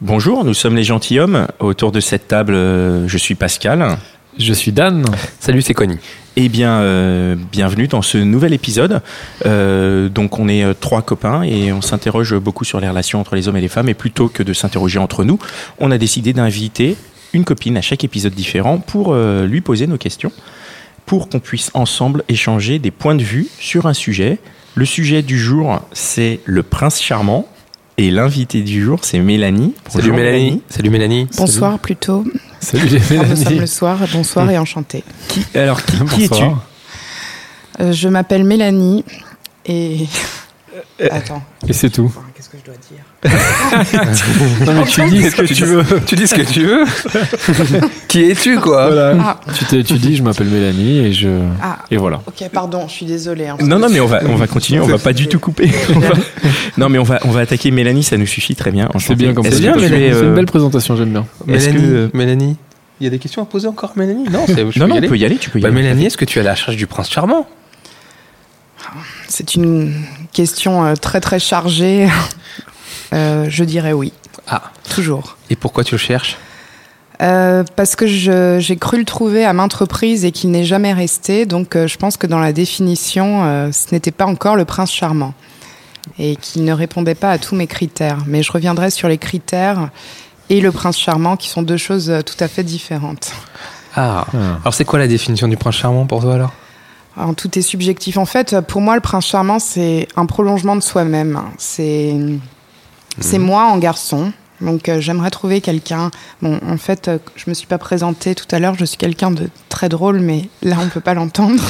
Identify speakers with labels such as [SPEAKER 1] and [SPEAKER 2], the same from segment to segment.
[SPEAKER 1] Bonjour, nous sommes les gentilshommes. Autour de cette table, euh, je suis Pascal.
[SPEAKER 2] Je suis Dan.
[SPEAKER 3] Salut, c'est Connie.
[SPEAKER 1] Eh bien, euh, bienvenue dans ce nouvel épisode. Euh, donc, on est euh, trois copains et on s'interroge beaucoup sur les relations entre les hommes et les femmes. Et plutôt que de s'interroger entre nous, on a décidé d'inviter une copine à chaque épisode différent pour euh, lui poser nos questions, pour qu'on puisse ensemble échanger des points de vue sur un sujet. Le sujet du jour, c'est le prince charmant. Et l'invité du jour, c'est Mélanie.
[SPEAKER 3] Salut
[SPEAKER 1] Bonjour,
[SPEAKER 3] Mélanie. Salut Mélanie.
[SPEAKER 4] Bonsoir plutôt.
[SPEAKER 2] Salut les
[SPEAKER 4] Car Nous sommes
[SPEAKER 2] Mélanie.
[SPEAKER 4] le soir. Bonsoir et enchanté.
[SPEAKER 1] Qui- alors, qui, qui es-tu
[SPEAKER 2] Bonsoir.
[SPEAKER 4] Euh, je m'appelle Mélanie et. Attends.
[SPEAKER 2] Et c'est tout.
[SPEAKER 4] Qu'est-ce que je dois dire
[SPEAKER 2] Non, mais tu dis ce que
[SPEAKER 3] tu
[SPEAKER 2] tu veux.
[SPEAKER 3] Tu dis ce que tu veux. Qui es-tu, quoi
[SPEAKER 2] Voilà.
[SPEAKER 4] Ah,
[SPEAKER 2] euh, Tu, t'es- tu dis, je m'appelle Mélanie et je.
[SPEAKER 4] ah,
[SPEAKER 2] Et voilà.
[SPEAKER 4] ok, pardon, je suis désolée. hein, parce
[SPEAKER 1] Non,
[SPEAKER 4] que
[SPEAKER 1] non, mais on va, on va continuer, on va pas du tout couper. On va- non, mais on va, on va attaquer Mélanie, ça nous suffit très bien.
[SPEAKER 2] C'est bien comme ça.
[SPEAKER 1] Est-ce que tu es,
[SPEAKER 2] Mélanie. C'est
[SPEAKER 1] euh,
[SPEAKER 2] une belle présentation, j'aime bien.
[SPEAKER 1] Est-ce
[SPEAKER 3] Mélanie,
[SPEAKER 1] que-
[SPEAKER 3] Mélanie. Il y a des questions à poser encore, Mélanie Non, c'est. je
[SPEAKER 1] Non,
[SPEAKER 3] peux
[SPEAKER 1] non,
[SPEAKER 3] y
[SPEAKER 1] on
[SPEAKER 3] aller
[SPEAKER 1] peut y aller, tu peux y
[SPEAKER 3] Bah,
[SPEAKER 1] aller.
[SPEAKER 3] Mélanie, est-ce que tu es à la recherche du prince charmant
[SPEAKER 4] C'est une question euh, très très chargée. Euh, je dirais oui,
[SPEAKER 3] Ah.
[SPEAKER 4] toujours.
[SPEAKER 3] Et pourquoi tu le cherches
[SPEAKER 4] Euh, parce que je- j'ai cru le trouver à maintes reprises et qu'il n'est jamais resté, donc euh, je pense que dans la définition, euh, ce n'était pas encore le prince charmant et qu'il ne répondait pas à tous mes critères. Mais je reviendrai sur les critères et le prince charmant, qui sont deux choses euh, tout à fait différentes.
[SPEAKER 3] Ah.
[SPEAKER 2] Ah.
[SPEAKER 3] Alors, c'est quoi la définition du prince charmant pour toi alors
[SPEAKER 4] Alors, Hein, tout est subjectif. En fait, pour moi, le prince charmant, c'est un prolongement de soi-même. C'est c'est moi en garçon. Donc, euh, j'aimerais trouver quelqu'un. Bon, en fait, euh, je me suis pas présentée tout à l'heure. Je suis quelqu'un de très drôle, mais là, on peut pas l'entendre.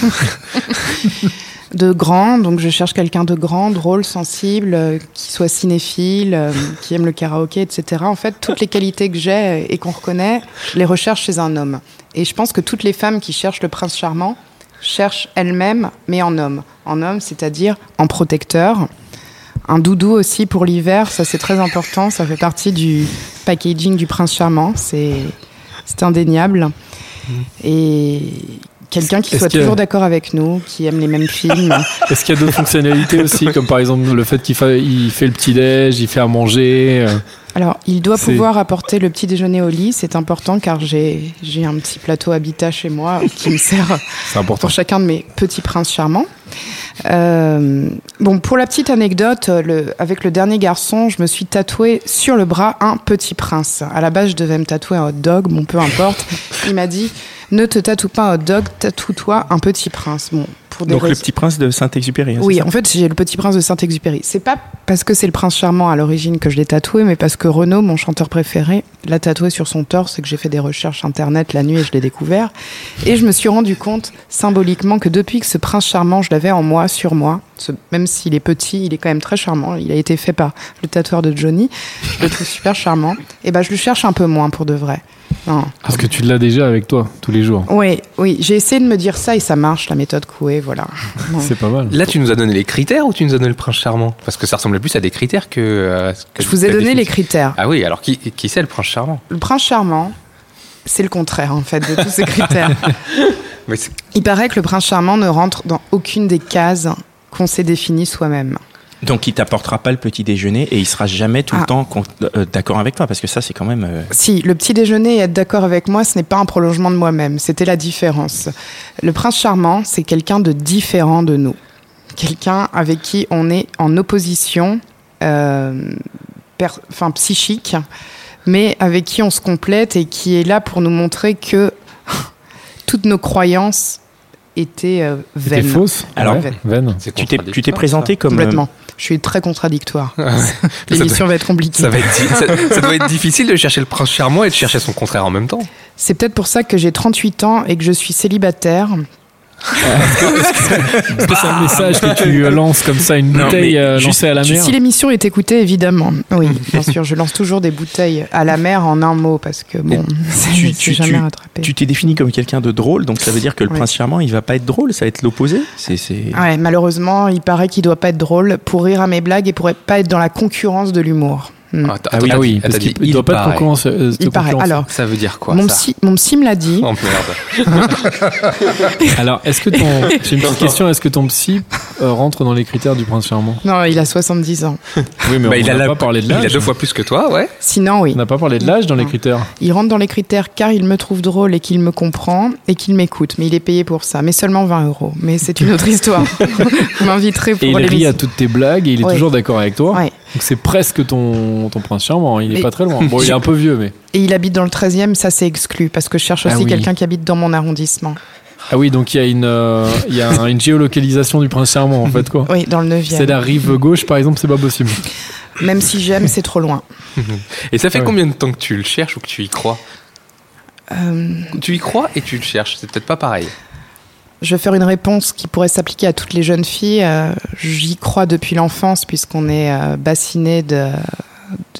[SPEAKER 4] de grand. Donc, je cherche quelqu'un de grand, drôle, sensible, euh, qui soit cinéphile, euh, qui aime le karaoké, etc. En fait, toutes les qualités que j'ai et qu'on reconnaît, je les recherche chez un homme. Et je pense que toutes les femmes qui cherchent le prince charmant cherchent elles-mêmes, mais en homme. En homme, c'est-à-dire en protecteur. Un doudou aussi pour l'hiver, ça c'est très important, ça fait partie du packaging du prince charmant, c'est c'est indéniable. Et quelqu'un qui
[SPEAKER 2] Mm. Est-ce
[SPEAKER 4] soit
[SPEAKER 2] qu'il y a-
[SPEAKER 4] toujours d'accord avec nous, qui aime les mêmes films.
[SPEAKER 2] Est-ce qu'il y a d'autres fonctionnalités aussi, comme par exemple le fait qu'il fa- il fait le petit-déj, il fait à manger euh,
[SPEAKER 4] Alors, il doit
[SPEAKER 2] C'est-
[SPEAKER 4] pouvoir apporter le petit déjeuner au lit, c'est important car j'ai j'ai un petit plateau habitat chez moi qui me sert
[SPEAKER 2] C'est important.
[SPEAKER 4] pour chacun de mes petits princes charmants. Euh, bon, pour la petite anecdote, euh, le- avec le dernier garçon, je me suis tatoué sur le bras un petit prince. À la base, je devais me tatouer un hot dog, bon, peu importe. Il m'a dit Ne te tatoue pas un hot dog, tatoue-toi un petit prince. Bon, pour des
[SPEAKER 1] Donc, le
[SPEAKER 4] raisons-
[SPEAKER 1] petit prince de Saint-Exupéry. hein, c'est
[SPEAKER 4] oui,
[SPEAKER 1] ça
[SPEAKER 4] en fait, j'ai le petit prince de Saint-Exupéry. C'est pas parce que c'est le prince charmant à l'origine que je l'ai tatoué, mais parce que Renaud, mon chanteur préféré, l'a tatoué sur son torse et que j'ai fait des recherches internet la nuit et je l'ai découvert. Et je me suis rendu compte symboliquement que depuis que ce prince charmant, je l'avais en moi, sur moi, ce- même s'il est petit, il est quand même très charmant. Il a été fait par le tatoueur de Johnny. Je le trouve super charmant. Et ben, je le cherche un peu moins pour de vrai. Non.
[SPEAKER 2] Parce que tu l'as déjà avec toi, tous les jours.
[SPEAKER 4] Oui, oui, j'ai essayé de me dire ça et ça marche, la méthode Coué, voilà. Bon.
[SPEAKER 2] C'est pas mal.
[SPEAKER 3] Là, tu nous as donné les critères ou tu nous as donné le prince charmant Parce que ça ressemblait plus à des critères que. euh, ce que-
[SPEAKER 4] Je vous ai
[SPEAKER 3] que la
[SPEAKER 4] donné les
[SPEAKER 3] définition.
[SPEAKER 4] critères.
[SPEAKER 3] Ah oui, alors qui, qui c'est le prince charmant
[SPEAKER 4] Le prince charmant, c'est le contraire en fait de tous ces critères.
[SPEAKER 3] Mais c'est-
[SPEAKER 4] Il paraît que le prince charmant ne rentre dans aucune des cases qu'on s'est définies soi-même.
[SPEAKER 1] Donc, il t'apportera pas le petit déjeuner et il sera jamais tout le
[SPEAKER 4] Ah.
[SPEAKER 1] temps con- euh, d'accord avec toi parce que ça, c'est quand même. euh,
[SPEAKER 4] Si, le petit déjeuner et être d'accord avec moi, ce n'est pas un prolongement de moi-même, c'était la différence. Le prince charmant, c'est quelqu'un de différent de nous. Quelqu'un avec qui on est en opposition, euh, per- enfin psychique, mais avec qui on se complète et qui est là pour nous montrer que toutes nos croyances étaient euh,
[SPEAKER 2] T'es
[SPEAKER 4] vaines.
[SPEAKER 2] fausse
[SPEAKER 1] Alors,
[SPEAKER 2] ouais, vaine.
[SPEAKER 3] c'est
[SPEAKER 1] Tu t'es, tu t'es
[SPEAKER 3] contradictoire,
[SPEAKER 1] présenté comme. euh,
[SPEAKER 4] Complètement. Je suis très contradictoire.
[SPEAKER 3] doit-
[SPEAKER 4] L'émission va être
[SPEAKER 3] ça.
[SPEAKER 4] compliquée.
[SPEAKER 3] Ça, va être, di- ça, ça doit être difficile de chercher le prince charmant et de chercher son contraire en même temps.
[SPEAKER 4] C'est peut-être pour ça que j'ai 38 ans et que je suis célibataire.
[SPEAKER 2] Est-ce que c'est un message que tu euh, lances comme ça, une
[SPEAKER 1] Non,
[SPEAKER 2] bouteille
[SPEAKER 1] mais
[SPEAKER 2] euh,
[SPEAKER 1] juste-
[SPEAKER 2] lancée à la
[SPEAKER 4] Si-
[SPEAKER 2] mer
[SPEAKER 4] Si l'émission est écoutée, évidemment. Oui, bien sûr. Je lance toujours des bouteilles à la mer en un mot parce que bon, ça,
[SPEAKER 1] tu-
[SPEAKER 4] je ne
[SPEAKER 1] tu-
[SPEAKER 4] suis jamais rattrapé.
[SPEAKER 1] Tu t'es défini comme quelqu'un de drôle, donc ça veut dire que le
[SPEAKER 4] Ouais.
[SPEAKER 1] prince charmant, il va pas être drôle, ça va être l'opposé. C'est c'est-
[SPEAKER 4] Ouais, malheureusement, il paraît qu'il doit pas être drôle pour rire à mes blagues et pour être- pas être dans la concurrence de l'humour. Hmm.
[SPEAKER 3] Attends,
[SPEAKER 2] Ah oui,
[SPEAKER 3] attends,
[SPEAKER 2] ah oui,
[SPEAKER 3] attends,
[SPEAKER 2] parce
[SPEAKER 3] dit,
[SPEAKER 2] qu'il ne doit pas de
[SPEAKER 3] paraît.
[SPEAKER 2] concurrence. euh, de
[SPEAKER 4] Il paraît.
[SPEAKER 2] concurrence.
[SPEAKER 4] Alors,
[SPEAKER 3] Ça veut dire quoi
[SPEAKER 4] mon
[SPEAKER 3] ça
[SPEAKER 4] psy, mon psy me l'a dit.
[SPEAKER 3] Oh merde.
[SPEAKER 2] Alors, est-ce que ton. J'ai une petite question. Est-ce que ton psy euh, rentre dans les critères du prince charmant
[SPEAKER 4] Non, il a 70 ans.
[SPEAKER 2] Oui, mais
[SPEAKER 3] Bah,
[SPEAKER 2] on
[SPEAKER 3] il a
[SPEAKER 2] n'a
[SPEAKER 3] la-
[SPEAKER 2] pas parlé de
[SPEAKER 3] Il a
[SPEAKER 2] l'âge.
[SPEAKER 3] deux fois plus que toi, ouais.
[SPEAKER 4] Sinon,
[SPEAKER 2] On
[SPEAKER 4] oui.
[SPEAKER 2] n'a pas parlé de l'âge dans les
[SPEAKER 4] Non.
[SPEAKER 2] critères.
[SPEAKER 4] Il rentre dans les critères car il me trouve drôle et qu'il me comprend et qu'il m'écoute. Mais il est payé pour ça. Mais seulement 20 euros. Mais c'est une autre histoire. Vous m'inviterez pour
[SPEAKER 2] Et il
[SPEAKER 4] les
[SPEAKER 2] rit à toutes tes blagues et il est
[SPEAKER 4] Ouais.
[SPEAKER 2] toujours d'accord avec toi.
[SPEAKER 4] Ouais.
[SPEAKER 2] Donc c'est presque ton, ton prince charmant. hein. Il est
[SPEAKER 4] Mais-
[SPEAKER 2] pas très loin. Bon, il est un peu vieux, mais.
[SPEAKER 4] Et il habite dans le 13e, ça c'est exclu parce que je cherche
[SPEAKER 2] Ah
[SPEAKER 4] aussi
[SPEAKER 2] oui.
[SPEAKER 4] quelqu'un qui habite dans mon arrondissement.
[SPEAKER 2] Ah oui, donc il y a une, euh, il y a un- une géolocalisation du prince charmant en fait quoi.
[SPEAKER 4] Oui, dans le
[SPEAKER 2] C'est
[SPEAKER 4] 9e.
[SPEAKER 2] la rive gauche par exemple, c'est pas possible.
[SPEAKER 4] Même si j'aime, c'est trop loin.
[SPEAKER 3] Et ça fait
[SPEAKER 2] Ouais.
[SPEAKER 3] combien de temps que tu le cherches ou que tu y crois
[SPEAKER 4] Euh,
[SPEAKER 3] Tu y crois et tu le cherches, c'est peut-être pas pareil.
[SPEAKER 4] Je vais faire une réponse qui pourrait s'appliquer à toutes les jeunes filles. Euh, J'y crois depuis l'enfance, puisqu'on est euh, bassiné de-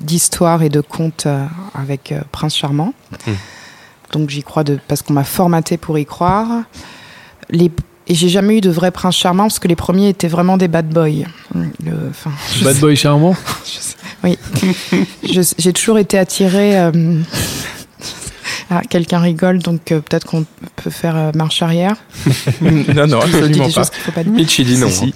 [SPEAKER 4] d'histoires et de contes euh, avec euh, Prince Charmant.
[SPEAKER 3] Hmm.
[SPEAKER 4] Donc j'y crois de, parce qu'on m'a formaté pour y croire. Les, et j'ai jamais eu de vrai Prince Charmant, parce que les premiers étaient vraiment des bad boys. Hmm, le- enfin, je
[SPEAKER 2] Bad
[SPEAKER 4] sais-
[SPEAKER 2] boy charmant.
[SPEAKER 4] je sais- oui. Je- J'ai toujours été attirée. euh, Ah, quelqu'un rigole, donc euh, peut-être qu'on peut faire euh, marche arrière.
[SPEAKER 1] non, non,
[SPEAKER 4] Je dis
[SPEAKER 1] absolument
[SPEAKER 4] des
[SPEAKER 1] pas.
[SPEAKER 4] choses qu'il faut pas dire.
[SPEAKER 3] Michi dit non.
[SPEAKER 1] Si, si.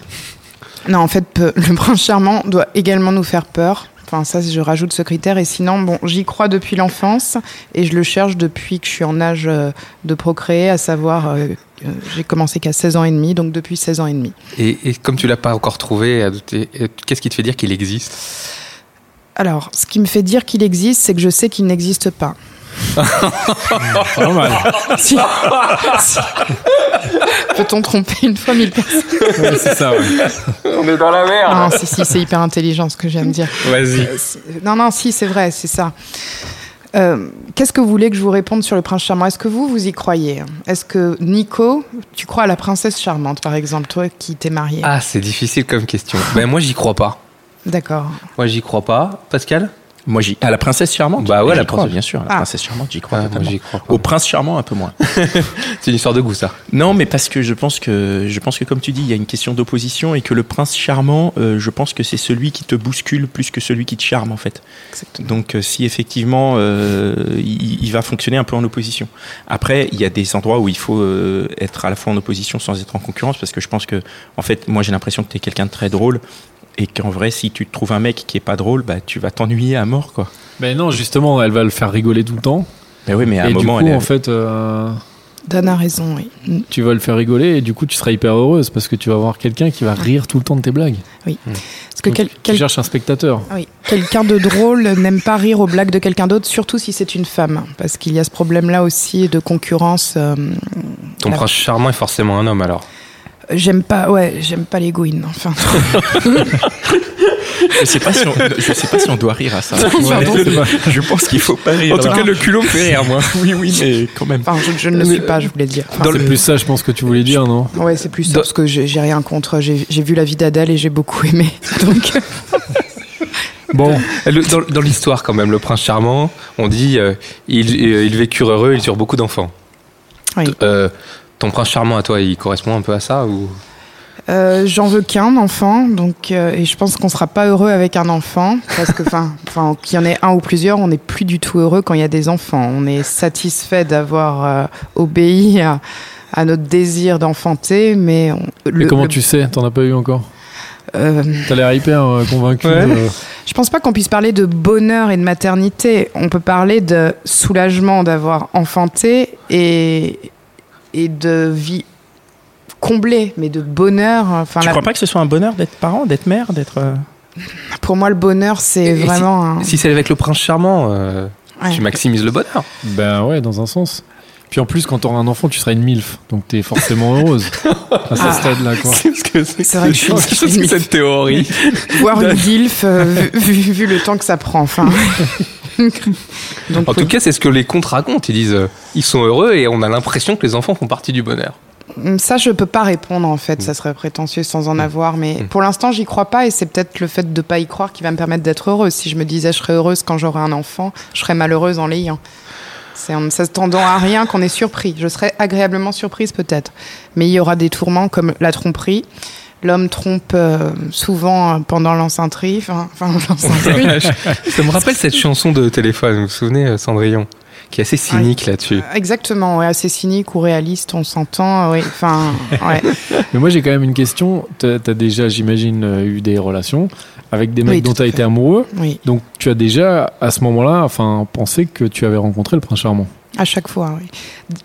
[SPEAKER 4] Non, en fait, peu- le prince charmant doit également nous faire peur. Enfin, ça, je rajoute ce critère. Et sinon, bon, j'y crois depuis l'enfance et je le cherche depuis que je suis en âge euh, de procréer, à savoir, euh, euh, j'ai commencé qu'à 16 ans et demi, donc depuis 16 ans et demi.
[SPEAKER 3] Et, et comme tu l'as pas encore trouvé, euh, t'es- euh, qu'est-ce qui te fait dire qu'il existe
[SPEAKER 4] Alors, ce qui me fait dire qu'il existe, c'est que je sais qu'il n'existe pas.
[SPEAKER 2] Pas mal.
[SPEAKER 4] Si- si- Peut-on tromper une fois mille personnes
[SPEAKER 2] Ouais, Ah, c'est ça. ouais.
[SPEAKER 3] On est dans la merde.
[SPEAKER 4] Non, si, si, c'est hyper intelligent ce que je viens de dire.
[SPEAKER 3] Vas-y.
[SPEAKER 4] C'est- Non, non, si, c'est vrai, c'est ça. Euh, Qu'est-ce que vous voulez que je vous réponde sur le prince charmant Est-ce que vous, vous y croyez Est-ce que Nico, tu crois à la princesse charmante, par exemple, toi qui t'es marié
[SPEAKER 3] Ah, c'est difficile comme question. ben moi j'y crois pas.
[SPEAKER 4] D'accord.
[SPEAKER 3] Moi j'y crois pas. Pascal
[SPEAKER 1] Moi, j'y. À la princesse charmante
[SPEAKER 3] Bah ouais,
[SPEAKER 1] J'y
[SPEAKER 3] la
[SPEAKER 1] crois,
[SPEAKER 3] princesse-
[SPEAKER 1] bien sûr. à La
[SPEAKER 4] Ah.
[SPEAKER 1] princesse charmante, j'y crois. totalement.
[SPEAKER 3] crois pas.
[SPEAKER 1] Au prince charmant, un peu moins.
[SPEAKER 3] C'est une histoire de goût ça.
[SPEAKER 1] Non, mais parce que je pense que je pense que comme tu dis, il y a une question d'opposition et que le prince charmant, euh, je pense que c'est celui qui te bouscule plus que celui qui te charme en fait.
[SPEAKER 4] Exactement.
[SPEAKER 1] Donc euh, si effectivement euh, il, il va fonctionner un peu en opposition. Après, il y a des endroits où il faut euh, être à la fois en opposition sans être en concurrence parce que je pense que en fait, moi j'ai l'impression que tu es quelqu'un de très drôle et qu'en vrai si tu trouves un mec qui est pas drôle, bah tu vas t'ennuyer à mort quoi.
[SPEAKER 2] Mais non, justement, elle va le faire rigoler tout le temps.
[SPEAKER 1] Mais oui, mais à
[SPEAKER 2] et
[SPEAKER 1] un
[SPEAKER 2] du
[SPEAKER 1] moment
[SPEAKER 2] coup,
[SPEAKER 1] elle
[SPEAKER 2] en fait, euh,
[SPEAKER 4] Donne a raison, oui. Mm.
[SPEAKER 2] tu vas le faire rigoler et du coup, tu seras hyper heureuse parce que tu vas avoir quelqu'un qui va rire tout le temps de tes blagues.
[SPEAKER 4] Parce que
[SPEAKER 2] Donc,
[SPEAKER 4] quel-
[SPEAKER 2] tu
[SPEAKER 4] quel-
[SPEAKER 2] cherches un spectateur.
[SPEAKER 4] oui, quelqu'un de drôle n'aime pas rire aux blagues de quelqu'un d'autre, surtout si c'est une femme. Parce qu'il y a ce problème-là aussi de concurrence. euh,
[SPEAKER 3] Ton
[SPEAKER 4] La-
[SPEAKER 3] prince charmant est forcément un homme alors.
[SPEAKER 4] j'aime pas, ouais, j'aime pas les gouines, enfin.
[SPEAKER 1] je sais pas si on, je sais pas si on doit rire à ça.
[SPEAKER 4] Pardon.
[SPEAKER 1] je pense qu'il faut pas rire.
[SPEAKER 3] En tout cas, le culot me fait rire moi.
[SPEAKER 1] oui oui, mais quand même.
[SPEAKER 4] Enfin, je, je ne le suis pas, je voulais dire. Enfin,
[SPEAKER 2] C'est plus ça, je pense que tu voulais dire, non
[SPEAKER 4] Ouais, c'est plus ça,
[SPEAKER 3] Dans-
[SPEAKER 4] parce que j'ai j'ai rien contre. J'ai j'ai vu la vie d'Adèle et j'ai beaucoup aimé. Donc,
[SPEAKER 2] Bon,
[SPEAKER 3] Le- dans dans l'histoire quand même, le prince charmant, on dit euh, ils, euh, ils vécurent heureux, ils eurent beaucoup d'enfants.
[SPEAKER 4] Oui.
[SPEAKER 3] T- euh, ton prince charmant à toi, il correspond un peu à ça ou
[SPEAKER 4] euh, j'en veux qu'un enfant, donc euh, et je pense qu'on sera pas heureux avec un enfant parce que, enfin, enfin, qu'il y en ait un ou plusieurs, on n'est plus du tout heureux quand il y a des enfants. On est satisfait d'avoir euh, obéi à, à notre désir d'enfanter, mais on-
[SPEAKER 2] mais
[SPEAKER 4] le-
[SPEAKER 2] comment
[SPEAKER 4] le-
[SPEAKER 2] tu sais T'en as pas eu encore
[SPEAKER 4] euh,
[SPEAKER 2] T'as l'air hyper euh, convaincu.
[SPEAKER 3] Ouais.
[SPEAKER 2] de-
[SPEAKER 4] Je pense pas qu'on puisse parler de bonheur et de maternité. On peut parler de soulagement d'avoir enfanté et, et de vie comblée, mais de bonheur. Enfin,
[SPEAKER 1] Tu
[SPEAKER 4] la-
[SPEAKER 1] crois pas que ce soit un bonheur d'être parent, d'être mère, d'être euh,
[SPEAKER 4] pour moi, le bonheur,
[SPEAKER 3] Et
[SPEAKER 4] c'est
[SPEAKER 3] si-
[SPEAKER 4] vraiment.
[SPEAKER 3] Si c'est avec le prince charmant, euh,
[SPEAKER 4] un... ouais.
[SPEAKER 3] tu maximises le bonheur.
[SPEAKER 2] Ben ouais, dans un sens. Puis en plus, quand t'auras un enfant, tu seras une MILF. Donc t'es forcément heureuse à ce
[SPEAKER 4] Ah.
[SPEAKER 2] stade-là, quoi.
[SPEAKER 4] C'est vrai que je suis- je suis une-
[SPEAKER 3] cette théorie.
[SPEAKER 4] Voir une DILF, euh, vu, vu- vu le temps que ça prend. Enfin. euh, Donc,
[SPEAKER 3] En tout
[SPEAKER 4] oui.
[SPEAKER 3] cas, c'est ce que les contes racontent. Ils disent euh, ils sont heureux et on a l'impression que les enfants font partie du bonheur.
[SPEAKER 4] Mm, Ça, je peux pas répondre en fait. Ça serait prétentieux sans en avoir. Mais pour l'instant, j'y crois pas. Et c'est peut-être le fait de pas y croire qui va me permettre d'être heureuse. Si je me disais je serais heureuse quand j'aurai un enfant, je serais malheureuse en l'ayant. C'est en ne s'attendant à rien qu'on est surpris. Je serais agréablement surprise peut-être. Mais il y aura des tourments comme la tromperie. L'homme trompe euh, souvent pendant l'enceinterie. Enfin, enfin, l'enceinterie.
[SPEAKER 3] Ça me rappelle cette chanson de téléphone, vous vous souvenez, euh, Cendrillon, qui est assez cynique là-dessus.
[SPEAKER 4] Exactement, ouais, assez cynique ou réaliste, on s'entend. ouais. Enfin, ouais.
[SPEAKER 2] Mais moi, j'ai quand même une question. Tu as déjà, j'imagine, euh, eu des relations avec des mecs
[SPEAKER 4] Oui, tout
[SPEAKER 2] dont tu as
[SPEAKER 4] à
[SPEAKER 2] été
[SPEAKER 4] fait.
[SPEAKER 2] amoureux.
[SPEAKER 4] Oui,
[SPEAKER 2] Donc, tu as déjà, à ce moment-là, enfin, pensé que tu avais rencontré le prince charmant.
[SPEAKER 4] à chaque fois. oui.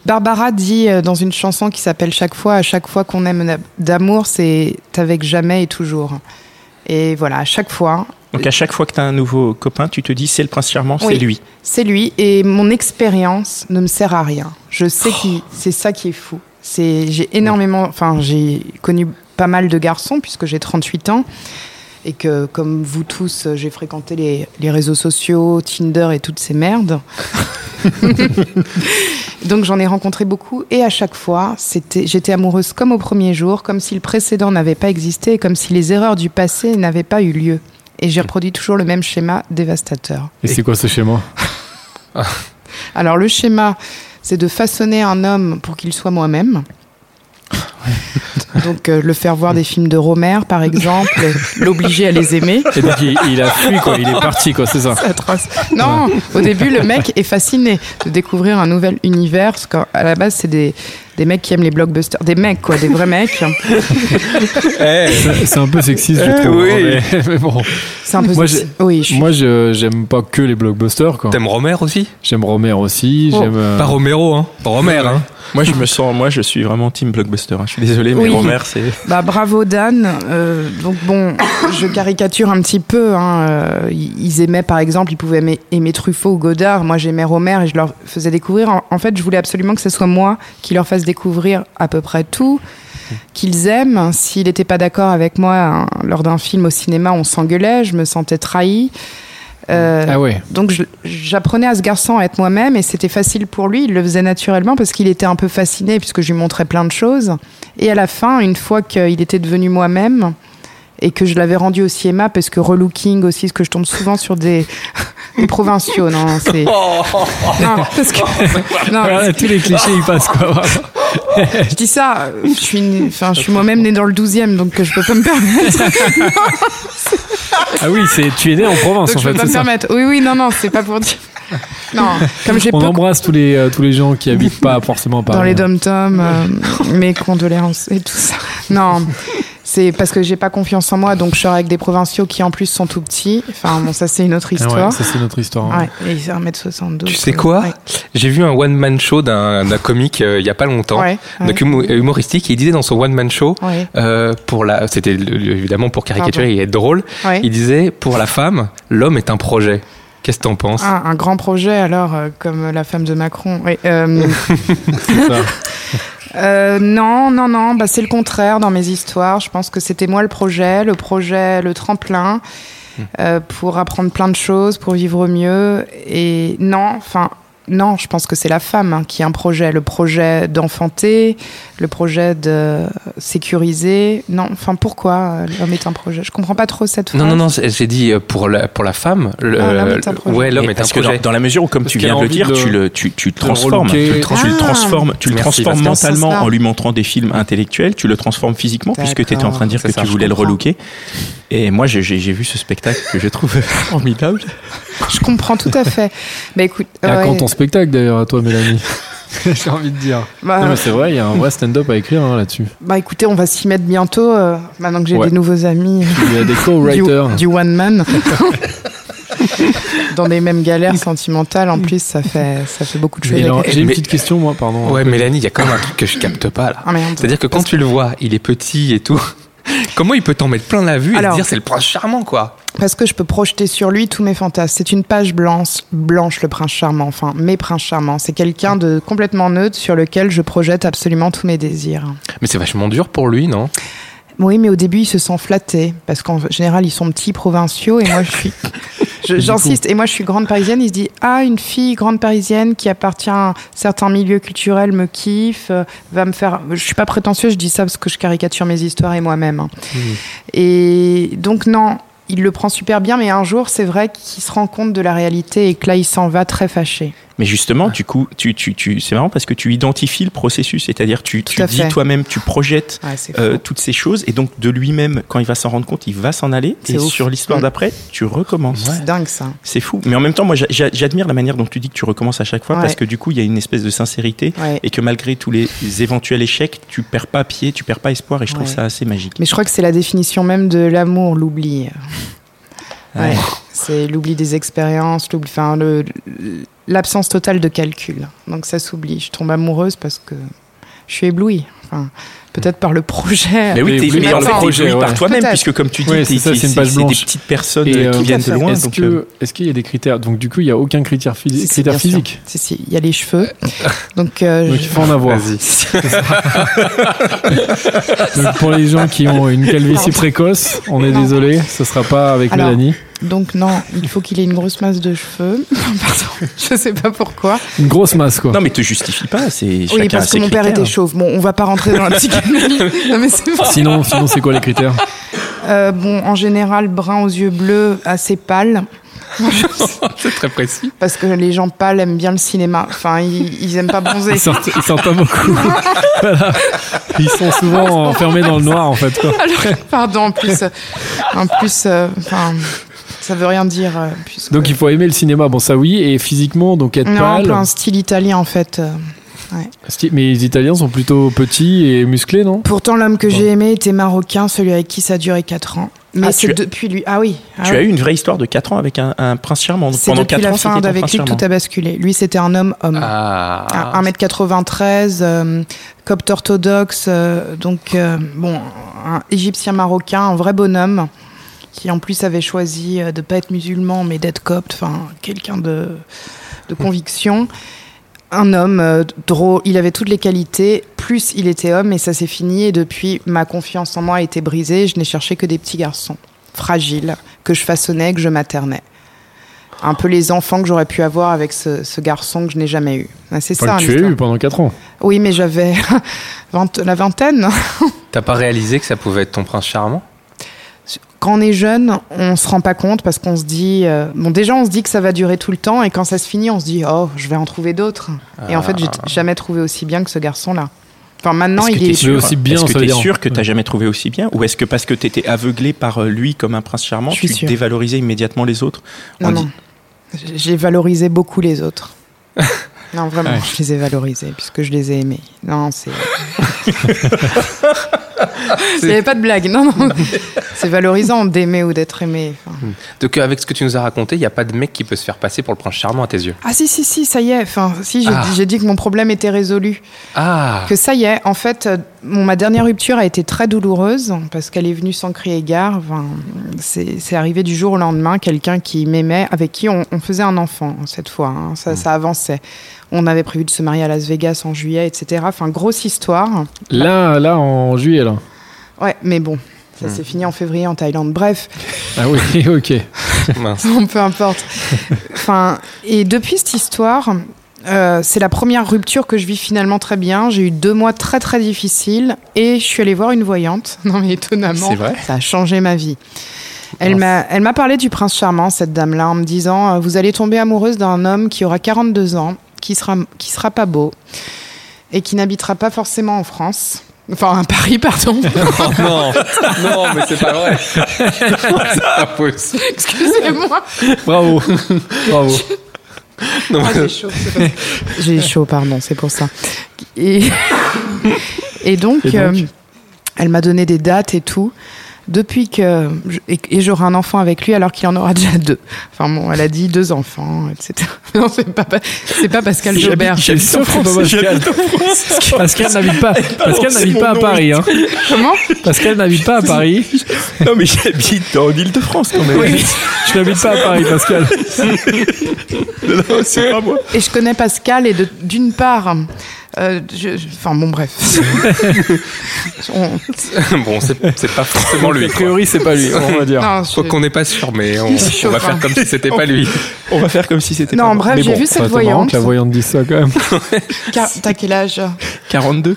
[SPEAKER 4] Barbara dit euh, dans une chanson qui s'appelle Chaque fois, à chaque fois qu'on aime na- d'amour, c'est avec jamais et toujours. Et voilà, à chaque fois,
[SPEAKER 1] Donc à chaque fois que tu as un nouveau copain, tu te dis c'est le prince charmant,
[SPEAKER 4] Oui.
[SPEAKER 1] c'est lui.
[SPEAKER 4] c'est lui et mon expérience ne me sert à rien. Je sais qui, c'est ça qui est fou. C'est j'ai énormément, enfin j'ai connu pas mal de garçons puisque j'ai 38 ans et que comme vous tous, j'ai fréquenté les, les réseaux sociaux, Tinder et toutes ces merdes. Donc j'en ai rencontré beaucoup et à chaque fois, c'était j'étais amoureuse comme au premier jour, comme si le précédent n'avait pas existé et comme si les erreurs du passé n'avaient pas eu lieu. Et j'ai reproduit toujours le même schéma dévastateur.
[SPEAKER 2] Et c'est quoi ce schéma
[SPEAKER 4] Alors le schéma, c'est de façonner un homme pour qu'il soit moi-même. Donc euh, le faire voir des films de Romer, par exemple, l'obliger à les aimer.
[SPEAKER 2] Et donc, il, il a fui, quoi. Il est parti, quoi. C'est ça.
[SPEAKER 4] C'est atroce. Non, au début, le mec est fasciné de découvrir un nouvel univers. Parce qu'à la base, c'est des, des mecs qui aiment les blockbusters. Des mecs, quoi, des vrais mecs.
[SPEAKER 2] C'est c'est un peu sexiste, je
[SPEAKER 3] Eh
[SPEAKER 2] trouve.
[SPEAKER 3] oui.
[SPEAKER 2] hein, Mais, mais bon.
[SPEAKER 4] C'est un peu.
[SPEAKER 2] Moi,
[SPEAKER 4] sexy. Oui, je suis-
[SPEAKER 2] Moi, je- j'aime pas que les blockbusters, quoi.
[SPEAKER 3] T'aimes Romer aussi
[SPEAKER 2] J'aime Romère aussi.
[SPEAKER 4] Oh.
[SPEAKER 2] J'aime. euh,
[SPEAKER 3] Pas Romero, hein Romer, hein
[SPEAKER 1] Moi je me sens, moi je suis vraiment team blockbuster. hein. Je suis désolé, mais
[SPEAKER 4] Oui.
[SPEAKER 1] Romer c'est.
[SPEAKER 4] Bah, bravo Dan. Euh, donc bon, je caricature un petit peu. Hein. Euh, Ils aimaient par exemple, ils pouvaient aimer, aimer Truffaut ou Godard. Moi j'aimais Romer et je leur faisais découvrir. En, en fait, je voulais absolument que ce soit moi qui leur fasse découvrir à peu près tout qu'ils aiment. S'ils n'étaient pas d'accord avec moi hein, lors d'un film au cinéma, on s'engueulait, je me sentais trahi. Euh,
[SPEAKER 2] Ah ouais.
[SPEAKER 4] donc je- j'apprenais à ce garçon à être moi-même et c'était facile pour lui, il le faisait naturellement parce qu'il était un peu fasciné puisque je lui montrais plein de choses. Et à la fin, une fois qu'il était devenu moi-même et que je l'avais rendu aussi aimable parce que relooking aussi, parce que je tombe souvent sur des, des provinciaux, non, c'est... Non, parce que- non,
[SPEAKER 2] Voilà, Ah, tous les clichés, ils passent, quoi.
[SPEAKER 4] je dis ça, euh, je suis, une- enfin, je suis moi-même née dans le 12e donc euh, je peux pas me permettre.
[SPEAKER 2] Ah oui, c'est tu es né en province,
[SPEAKER 4] Donc
[SPEAKER 2] en
[SPEAKER 4] je
[SPEAKER 2] fait.
[SPEAKER 4] peux pas
[SPEAKER 2] c'est
[SPEAKER 4] me
[SPEAKER 2] ça.
[SPEAKER 4] permettre. Oui, oui, non, non, c'est pas pour dire. Non, comme j'ai
[SPEAKER 2] On
[SPEAKER 4] peu
[SPEAKER 2] embrasse tous les, euh, tous les gens qui habitent pas forcément à Paris. hein.
[SPEAKER 4] dans les dom-toms, euh, mes condoléances et tout ça. Non, c'est parce que j'ai pas confiance en moi, donc je sors avec des provinciaux qui en plus sont tout petits. Enfin, bon, ça c'est une autre
[SPEAKER 2] Ah ouais,
[SPEAKER 4] histoire.
[SPEAKER 2] ça, c'est notre histoire. hein.
[SPEAKER 4] Ouais, et c'est 1m72.
[SPEAKER 3] Tu sais quoi
[SPEAKER 4] euh, Ouais.
[SPEAKER 3] J'ai vu un one-man show d'un d'un comique euh, il y a pas longtemps,
[SPEAKER 4] Ouais,
[SPEAKER 3] donc humo- humoristique, et il disait dans son one-man show,
[SPEAKER 4] ouais,
[SPEAKER 3] euh, pour la, c'était le- le- évidemment pour caricaturer et être drôle,
[SPEAKER 4] ouais.
[SPEAKER 3] il disait pour la femme, l'homme est un projet. Qu'est-ce que t'en penses
[SPEAKER 4] Ah, un grand projet alors, euh, comme la femme de Macron. Oui, euh,
[SPEAKER 2] ça.
[SPEAKER 4] euh, non, non, non, bah, c'est le contraire dans mes histoires. Je pense que c'était moi le projet, le projet, le tremplin
[SPEAKER 2] Hmm.
[SPEAKER 4] euh, pour apprendre plein de choses, pour vivre mieux. Et non, enfin. Non, je pense que c'est la femme hein, qui a un projet, le projet d'enfanter, le projet de sécuriser. Non, enfin pourquoi euh, l'homme est un projet Je comprends pas trop cette phrase.
[SPEAKER 3] Non, non, non, c'est- j'ai dit euh, pour la, pour la femme, le-
[SPEAKER 4] Ah, l'homme est un projet.
[SPEAKER 3] ouais, l'homme
[SPEAKER 1] Mais
[SPEAKER 3] est un
[SPEAKER 1] parce que dans,
[SPEAKER 3] projet.
[SPEAKER 1] dans la mesure où, comme
[SPEAKER 2] Parce
[SPEAKER 1] tu
[SPEAKER 2] qu'elle
[SPEAKER 1] viens
[SPEAKER 2] a
[SPEAKER 1] de le
[SPEAKER 2] envie
[SPEAKER 1] dire,
[SPEAKER 2] de-
[SPEAKER 1] tu le, tu, tu le
[SPEAKER 2] de le
[SPEAKER 1] transformes, tu
[SPEAKER 2] relooker.
[SPEAKER 1] le, trans- tu le
[SPEAKER 4] Ah.
[SPEAKER 1] transformes, tu le
[SPEAKER 3] Merci,
[SPEAKER 1] transformes
[SPEAKER 3] parce
[SPEAKER 4] qu'en ce
[SPEAKER 1] mentalement
[SPEAKER 4] sens-là-
[SPEAKER 1] en lui montrant des films intellectuels, tu le transformes physiquement puisque tu étais en train de dire
[SPEAKER 3] C'est
[SPEAKER 1] que
[SPEAKER 3] ça,
[SPEAKER 1] tu
[SPEAKER 3] je
[SPEAKER 1] voulais le
[SPEAKER 4] comprends.
[SPEAKER 1] relooker. Et moi, j'ai- j'ai j'ai vu ce spectacle que je trouve formidable.
[SPEAKER 4] Je comprends tout à fait. Bah écoute,
[SPEAKER 2] Et à
[SPEAKER 4] ouais.
[SPEAKER 2] quand ton spectacle, d'ailleurs, à toi, Mélanie J'ai envie de dire.
[SPEAKER 4] Bah,
[SPEAKER 2] Non, mais c'est vrai, il y a un vrai stand-up à écrire hein, là-dessus.
[SPEAKER 4] Bah écoutez, on va s'y mettre bientôt, euh, maintenant que j'ai
[SPEAKER 2] Ouais.
[SPEAKER 4] des nouveaux amis euh,
[SPEAKER 2] Il y a des
[SPEAKER 4] du,
[SPEAKER 2] co-writers.
[SPEAKER 4] du one man. Dans des mêmes galères sentimentales, en plus, ça fait, ça fait beaucoup de choses.
[SPEAKER 2] Et alors,
[SPEAKER 4] avec-
[SPEAKER 2] J'ai une
[SPEAKER 3] Mais-
[SPEAKER 2] petite question, moi, pardon.
[SPEAKER 3] Ouais, Mélanie, il y a quand même un truc que je capte pas là.
[SPEAKER 4] Ah, merde.
[SPEAKER 3] C'est-à-dire que quand tu le vois, il est petit et tout. Comment il peut t'en mettre plein la vue et
[SPEAKER 4] Alors-
[SPEAKER 3] se dire c'est le prince charmant quoi
[SPEAKER 4] Parce que je peux projeter sur lui tous mes fantasmes. C'est une page blanche, blanche le prince charmant, enfin mes princes charmants. C'est quelqu'un de complètement neutre sur lequel je projette absolument tous mes désirs.
[SPEAKER 3] Mais c'est vachement dur pour lui, non
[SPEAKER 4] Oui, mais au début, il se sent flatté, parce qu'en général, ils sont petits, provinciaux, et moi, je suis Je- J'insiste. Et moi, je suis grande parisienne. Il se dit Ah, une fille grande parisienne qui appartient à certains milieux culturels me kiffe, euh, va me faire. Je suis pas prétentieuse, je dis ça parce que je caricature mes histoires et moi-même. hein. Et donc, non, il le prend super bien, mais un jour, c'est vrai qu'il se rend compte de la réalité et que là, il s'en va très fâché.
[SPEAKER 1] Mais justement, du coup, tu, tu, tu, c'est marrant parce que tu identifies le processus, c'est-à-dire tu, tu
[SPEAKER 4] à
[SPEAKER 1] dis
[SPEAKER 4] fait.
[SPEAKER 1] toi-même, tu projettes
[SPEAKER 4] Ouais, c'est
[SPEAKER 1] euh,
[SPEAKER 4] fou.
[SPEAKER 1] toutes ces choses, et donc de lui-même, quand il va s'en rendre compte, il va s'en aller,
[SPEAKER 4] C'est
[SPEAKER 1] et
[SPEAKER 4] ouf.
[SPEAKER 1] sur l'histoire
[SPEAKER 4] Mm.
[SPEAKER 1] d'après, tu recommences.
[SPEAKER 4] C'est dingue, ça.
[SPEAKER 1] C'est fou. Mais en même temps, moi, j'a- j'a- j'admire la manière dont tu dis que tu recommences à chaque fois,
[SPEAKER 4] Ouais.
[SPEAKER 1] parce que du coup, il y a une espèce de sincérité,
[SPEAKER 4] Ouais.
[SPEAKER 1] et que malgré tous les éventuels échecs, tu perds pas pied, tu perds pas espoir, et je trouve
[SPEAKER 4] Ouais.
[SPEAKER 1] ça assez magique.
[SPEAKER 4] Mais je crois que c'est la définition même de l'amour, l'oubli. Ouais.
[SPEAKER 1] Ouais.
[SPEAKER 4] C'est l'oubli des expériences, l'oubli, enfin, le- l'absence totale de calcul. Donc ça s'oublie. Je tombe amoureuse parce que je suis éblouie. Enfin, peut-être par le projet.
[SPEAKER 1] Mais oui,
[SPEAKER 2] Mais
[SPEAKER 1] t'es
[SPEAKER 2] oui,
[SPEAKER 1] mais
[SPEAKER 4] mais
[SPEAKER 1] en
[SPEAKER 4] attends,
[SPEAKER 1] fait, t'es
[SPEAKER 2] projet,
[SPEAKER 1] ébloui par
[SPEAKER 2] ouais.
[SPEAKER 1] toi-même,
[SPEAKER 4] Peut-être.
[SPEAKER 1] puisque comme tu dis,
[SPEAKER 2] Ouais,
[SPEAKER 1] t'es-
[SPEAKER 2] c'est ça,
[SPEAKER 1] t'es-
[SPEAKER 2] c'est une
[SPEAKER 1] c'est
[SPEAKER 2] page
[SPEAKER 1] des
[SPEAKER 2] blanche.
[SPEAKER 1] petites personnes
[SPEAKER 2] Et,
[SPEAKER 1] euh,
[SPEAKER 2] euh,
[SPEAKER 1] qui
[SPEAKER 4] tout
[SPEAKER 1] viennent
[SPEAKER 4] à fait.
[SPEAKER 1] de loin.
[SPEAKER 2] Est-ce
[SPEAKER 1] donc, euh,
[SPEAKER 2] que- est-ce qu'il y a des critères Donc du coup, il n'y a aucun critère, physique-
[SPEAKER 4] Si, si,
[SPEAKER 2] critère
[SPEAKER 4] bien sûr.
[SPEAKER 2] physique.
[SPEAKER 4] Si, si, il y a les cheveux. Donc, euh,
[SPEAKER 2] Donc
[SPEAKER 4] je-
[SPEAKER 2] il faut en avoir. Donc pour les gens qui ont une calvitie précoce, on est
[SPEAKER 4] Non.
[SPEAKER 2] désolé, ce sera pas avec
[SPEAKER 4] Alors.
[SPEAKER 2] Mélanie.
[SPEAKER 4] donc non, il faut qu'il ait une grosse masse de cheveux. Pardon, je sais pas pourquoi.
[SPEAKER 2] Une grosse masse quoi.
[SPEAKER 1] Non, mais te justifie pas, c'est
[SPEAKER 4] Oui,
[SPEAKER 1] chacun a
[SPEAKER 4] parce que
[SPEAKER 1] ses
[SPEAKER 4] mon père
[SPEAKER 1] critères.
[SPEAKER 4] était chauve. Bon, on va pas rentrer dans la psychanalyse. Non, mais c'est vrai.
[SPEAKER 2] Sinon, sinon c'est quoi les critères
[SPEAKER 4] Euh, bon, en général, brun aux yeux bleus, assez pâle.
[SPEAKER 3] C'est très précis.
[SPEAKER 4] Parce que les gens pâles aiment bien le cinéma. Enfin, ils, ils aiment pas bronzer.
[SPEAKER 2] Ils sortent, ils sortent pas beaucoup. Voilà. Ils sont souvent enfermés dans le noir en fait. Quoi.
[SPEAKER 4] Alors, pardon, en plus. euh, En plus, euh, enfin, ça veut rien dire. euh, puisque-
[SPEAKER 2] Donc il faut aimer le cinéma, bon ça oui, et physiquement donc être
[SPEAKER 4] non, un
[SPEAKER 2] pâle.
[SPEAKER 4] peu un style italien, en fait. euh.
[SPEAKER 2] Sti- Mais les Italiens sont plutôt petits et musclés, non
[SPEAKER 4] Pourtant, l'homme que j'ai aimé était marocain, celui avec qui ça a duré 4 ans. Mais
[SPEAKER 1] Ah,
[SPEAKER 4] c'est
[SPEAKER 1] tu as-
[SPEAKER 4] depuis lui. Ah oui. ah
[SPEAKER 1] Tu
[SPEAKER 4] oui.
[SPEAKER 1] as eu une vraie histoire de 4 ans avec un, un prince charmant. Donc,
[SPEAKER 4] C'est
[SPEAKER 1] Pendant
[SPEAKER 4] depuis
[SPEAKER 1] 4
[SPEAKER 4] la
[SPEAKER 1] ans,
[SPEAKER 4] fin
[SPEAKER 1] c'était ton
[SPEAKER 4] d'avec
[SPEAKER 1] prince
[SPEAKER 4] lui que
[SPEAKER 1] charmant.
[SPEAKER 4] tout a basculé. Lui, c'était un homme-homme.
[SPEAKER 3] Ah.
[SPEAKER 4] À 1m93, euh, copte orthodoxe, euh, donc euh, bon, un égyptien marocain, un vrai bonhomme, qui en plus avait choisi euh, de pas être musulman mais d'être copte, enfin quelqu'un de, de conviction. Un homme euh, drôle, il avait toutes les qualités, plus il était homme et ça s'est fini. Et depuis, ma confiance en moi a été brisée, je n'ai cherché que des petits garçons, fragiles, que je façonnais, que je maternais. Un peu les enfants que j'aurais pu avoir avec ce, ce garçon que je n'ai jamais eu. Ah, C'est
[SPEAKER 2] Enfin,
[SPEAKER 4] ça.
[SPEAKER 2] que tu as
[SPEAKER 4] l'histoire.
[SPEAKER 2] eu pendant 4 ans.
[SPEAKER 4] Oui, mais j'avais vingt- la vingtaine.
[SPEAKER 3] T'as pas réalisé que ça pouvait être ton prince charmant
[SPEAKER 4] Quand on est jeune, on se rend pas compte parce qu'on se dit euh, bon déjà on se dit que ça va durer tout le temps et quand ça se finit, on se dit oh je vais en trouver d'autres. Et en fait, j'ai t- jamais trouvé aussi bien que ce garçon-là. Enfin maintenant,
[SPEAKER 1] Ah. Est-ce que
[SPEAKER 4] il
[SPEAKER 1] t'es
[SPEAKER 4] est.
[SPEAKER 2] sûr aussi bien,
[SPEAKER 1] Est-ce
[SPEAKER 2] ça
[SPEAKER 1] que
[SPEAKER 2] veut
[SPEAKER 1] t'es
[SPEAKER 2] dire.
[SPEAKER 1] sûr que t'as jamais trouvé aussi bien Ou est-ce que parce que t'étais aveuglé par euh, lui comme un prince charmant,
[SPEAKER 4] Je suis
[SPEAKER 1] tu
[SPEAKER 4] sûre.
[SPEAKER 1] dévalorisais immédiatement les autres
[SPEAKER 4] Non,
[SPEAKER 1] On
[SPEAKER 4] non.
[SPEAKER 1] dit-
[SPEAKER 4] J'ai valorisé beaucoup les autres. Non, vraiment, je les ai valorisés puisque je les ai aimés. Non, c'est. Il n'y avait pas de blague. Non, non. C'est valorisant d'aimer ou d'être aimé. Enfin,
[SPEAKER 3] Donc euh, avec ce que tu nous as raconté, il n'y a pas de mec qui peut se faire passer pour le prince charmant à tes yeux.
[SPEAKER 4] Ah si, si, si, ça y est. Enfin, si, j'ai
[SPEAKER 3] Ah.
[SPEAKER 4] dit- j'ai dit que mon problème était résolu.
[SPEAKER 3] Ah
[SPEAKER 4] Que ça y est, en fait, euh, mon- ma dernière rupture a été très douloureuse parce qu'elle est venue sans crier gare. Enfin, c'est c'est arrivé du jour au lendemain, quelqu'un qui m'aimait, avec qui on, on faisait un enfant cette fois. hein.
[SPEAKER 3] Hmm.
[SPEAKER 4] ça, ça avançait. On avait prévu de se marier à Las Vegas en juillet, etc. Enfin, grosse histoire.
[SPEAKER 2] Là, là en juillet là.
[SPEAKER 4] Ouais, mais bon,
[SPEAKER 3] Hmm.
[SPEAKER 4] ça s'est fini en février en Thaïlande. Bref,
[SPEAKER 2] Ah oui, ok.
[SPEAKER 3] mince.
[SPEAKER 4] Bon, peu importe. Enfin, et depuis cette histoire, euh, c'est la première rupture que je vis finalement très bien. J'ai eu deux mois très très difficiles et je suis allée voir une voyante. Non mais étonnamment,
[SPEAKER 3] C'est vrai
[SPEAKER 4] ça a changé ma vie. Elle m'a, elle m'a parlé du prince charmant, cette dame-là, en me disant euh, Vous allez tomber amoureuse d'un homme qui aura 42 ans, qui sera, qui sera pas beau et qui n'habitera pas forcément en France. Enfin, à Paris, pardon.
[SPEAKER 3] Oh non Non, mais c'est pas vrai C'est impossible.
[SPEAKER 4] Excusez-moi.
[SPEAKER 2] Bravo. Bravo.
[SPEAKER 4] Ah, j'ai chaud. c'est pas- J'ai chaud, pardon, c'est pour ça. Et, et donc,
[SPEAKER 2] Et donc
[SPEAKER 4] euh, elle m'a donné des dates et tout. Depuis que. je- Et, et j'aurai un enfant avec lui alors qu'il en aura déjà deux. Enfin bon, elle a dit deux enfants, etc. Non, c'est pas, pa- c'est pas Pascal Jobert.
[SPEAKER 2] J'habite en France, j'habite en France. Pascal n'habite pas, Pascal
[SPEAKER 1] c'est
[SPEAKER 2] n'habite
[SPEAKER 1] mon
[SPEAKER 2] pas à
[SPEAKER 1] nom,
[SPEAKER 2] Paris. Hein.
[SPEAKER 4] Comment
[SPEAKER 2] Pascal n'habite pas à Paris.
[SPEAKER 1] Non, mais j'habite en Ile-de-France quand même.
[SPEAKER 2] Je n'habite pas à Paris, Pascal.
[SPEAKER 1] Non, c'est pas moi.
[SPEAKER 4] Et je connais Pascal, et de- d'une part, Euh, je- je- Enfin bon, bref. On-
[SPEAKER 3] bon, c'est c'est pas forcément lui.
[SPEAKER 2] A
[SPEAKER 3] quoi.
[SPEAKER 2] priori, c'est pas lui, on va dire.
[SPEAKER 4] non, je-
[SPEAKER 3] Quoi qu'on n'est pas sûr, mais on,
[SPEAKER 4] suis
[SPEAKER 3] on va
[SPEAKER 4] chauvin.
[SPEAKER 3] faire comme si c'était pas lui.
[SPEAKER 1] On va faire comme si c'était
[SPEAKER 4] Non,
[SPEAKER 1] pas
[SPEAKER 4] en
[SPEAKER 1] moi.
[SPEAKER 4] bref,
[SPEAKER 1] Mais
[SPEAKER 4] j'ai
[SPEAKER 1] bon,
[SPEAKER 4] vu
[SPEAKER 2] Enfin,
[SPEAKER 4] cette
[SPEAKER 2] c'est marrant
[SPEAKER 4] voyante.
[SPEAKER 2] que la voyante dise ça quand même.
[SPEAKER 4] Car- T'as quel âge
[SPEAKER 1] 42.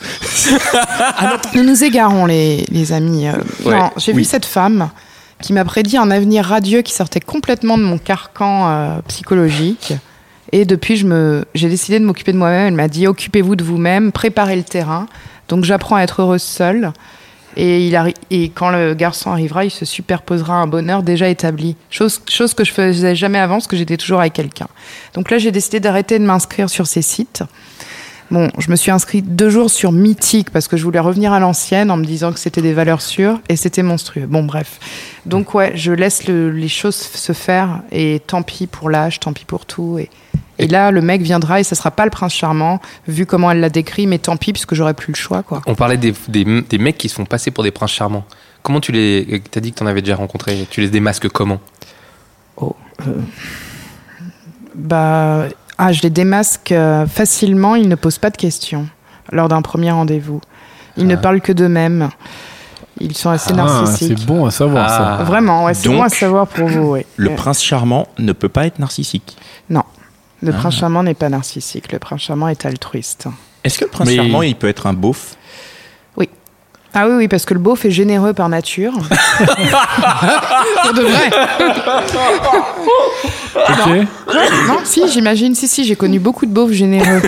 [SPEAKER 4] Nous nous égarons, les, les amis. Euh,
[SPEAKER 3] Ouais,
[SPEAKER 4] non, j'ai vu
[SPEAKER 1] oui.
[SPEAKER 4] cette femme qui m'a prédit un avenir radieux qui sortait complètement de mon carcan euh, psychologique. Et depuis, je me, j'ai décidé de m'occuper de moi-même. Elle m'a dit occupez-vous de vous-même, préparez le terrain. Donc, j'apprends à être heureuse seule. Et, il arri- et quand le garçon arrivera, il se superposera à un bonheur déjà établi. Chose, chose que je faisais jamais avant, parce que j'étais toujours avec quelqu'un. Donc là, j'ai décidé d'arrêter de m'inscrire sur ces sites. Bon, je me suis inscrite deux jours sur Mythique parce que je voulais revenir à l'ancienne en me disant que c'était des valeurs sûres et c'était monstrueux. Bon, bref. Donc, ouais, je laisse le- les choses f- se faire et tant pis pour l'âge, tant pis pour tout. Et, et là, le mec viendra et ça sera pas le prince charmant vu comment elle l'a décrit, mais tant pis puisque j'aurais plus le choix, quoi.
[SPEAKER 3] On parlait des, des, des mecs qui se font passer pour des princes charmants. Comment tu les. T'as dit que t'en avais déjà rencontré. Tu les démasques comment
[SPEAKER 4] Bah, ah, je les démasque euh, facilement, ils ne posent pas de questions lors d'un premier rendez-vous. Ils ne parlent que d'eux-mêmes. Ils sont assez
[SPEAKER 2] Ah,
[SPEAKER 4] narcissiques.
[SPEAKER 2] c'est bon à savoir ça.
[SPEAKER 3] Ah.
[SPEAKER 4] Vraiment, ouais, c'est
[SPEAKER 1] Donc,
[SPEAKER 4] bon à savoir pour vous. ouais. Euh,
[SPEAKER 1] Le
[SPEAKER 4] Ouais.
[SPEAKER 1] prince charmant ne peut pas être narcissique.
[SPEAKER 4] Le
[SPEAKER 2] Ah.
[SPEAKER 4] prince charmant n'est pas narcissique, le prince charmant est altruiste.
[SPEAKER 1] Est-ce que le prince
[SPEAKER 3] Mais-
[SPEAKER 1] charmant, il peut être un beauf
[SPEAKER 4] Ah oui, oui, parce que le beauf est généreux par nature. Pour de vrai.
[SPEAKER 2] Ok.
[SPEAKER 4] Non, si, j'imagine, si, si, j'ai connu beaucoup de beaufs généreux.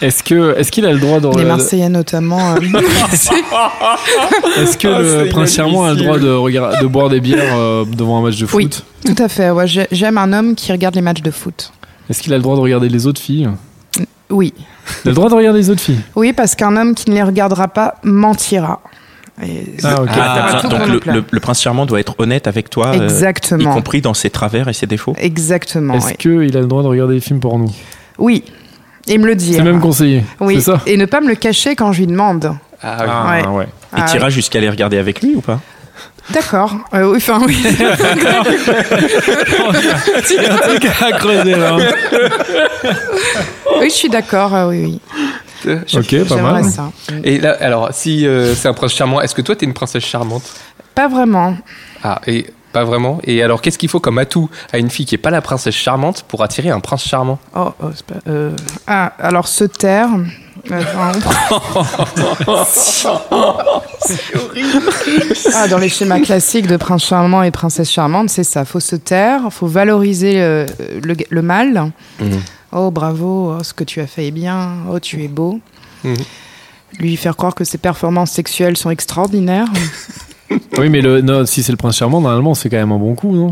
[SPEAKER 2] Est-ce que, est-ce qu'il a le droit de,
[SPEAKER 4] Les Marseillais notamment. euh,
[SPEAKER 2] est-ce que le prince charmant a le droit de, regard- de boire des bières euh, devant un match de foot
[SPEAKER 4] Oui. tout à fait, ouais, j'ai- j'aime un homme qui regarde les matchs de foot.
[SPEAKER 2] Est-ce qu'il a le droit de regarder les autres filles
[SPEAKER 4] Oui.
[SPEAKER 2] Il a le droit de regarder les autres filles.
[SPEAKER 4] Oui, parce qu'un homme qui ne les regardera pas mentira. Et-
[SPEAKER 2] Ah, ok.
[SPEAKER 4] Ça va
[SPEAKER 1] Ah,
[SPEAKER 4] tout
[SPEAKER 1] Donc
[SPEAKER 4] pour
[SPEAKER 1] le,
[SPEAKER 4] nous plaire.
[SPEAKER 1] le- le prince charmant doit être honnête avec toi, euh, y
[SPEAKER 4] Exactement.
[SPEAKER 1] compris dans ses travers et ses défauts.
[SPEAKER 4] Exactement.
[SPEAKER 2] Est-ce
[SPEAKER 4] ouais.
[SPEAKER 2] qu'il a le droit de regarder les films pour nous
[SPEAKER 4] Oui. Et me le
[SPEAKER 2] C'est
[SPEAKER 4] dire.
[SPEAKER 2] même conseillé.
[SPEAKER 4] Oui.
[SPEAKER 2] C'est ça
[SPEAKER 4] Et ne pas me le cacher quand je lui demande.
[SPEAKER 3] Ah, oui.
[SPEAKER 4] Ah, ouais.
[SPEAKER 1] Et
[SPEAKER 4] Ah,
[SPEAKER 1] t'iras jusqu'à les regarder avec lui ou pas
[SPEAKER 4] D'accord. Euh, oui, enfin oui. Oui, je suis d'accord. euh, oui, oui. Je-
[SPEAKER 2] Ok, pas
[SPEAKER 4] j'aimerais
[SPEAKER 2] mal.
[SPEAKER 4] ça.
[SPEAKER 3] Et là, alors, si euh, c'est un prince charmant, est-ce que toi, t'es une princesse charmante
[SPEAKER 4] Pas vraiment.
[SPEAKER 3] Ah, et pas vraiment. Et alors, qu'est-ce qu'il faut comme atout à une fille qui est pas la princesse charmante pour attirer un prince charmant
[SPEAKER 4] Oh, oh, c'est pas- euh, ah, alors se taire. Euh, non. Ah, dans les schémas classiques de prince charmant et princesse charmante, c'est ça. Faut se taire, faut valoriser euh, le, le mal.
[SPEAKER 3] Mhm.
[SPEAKER 4] Oh bravo, oh, ce que tu as fait est bien. Oh tu es beau.
[SPEAKER 3] Mhm.
[SPEAKER 4] Lui faire croire que ses performances sexuelles sont extraordinaires.
[SPEAKER 2] Oui, mais le, non, si c'est le prince charmant, normalement, c'est quand même un bon coup, non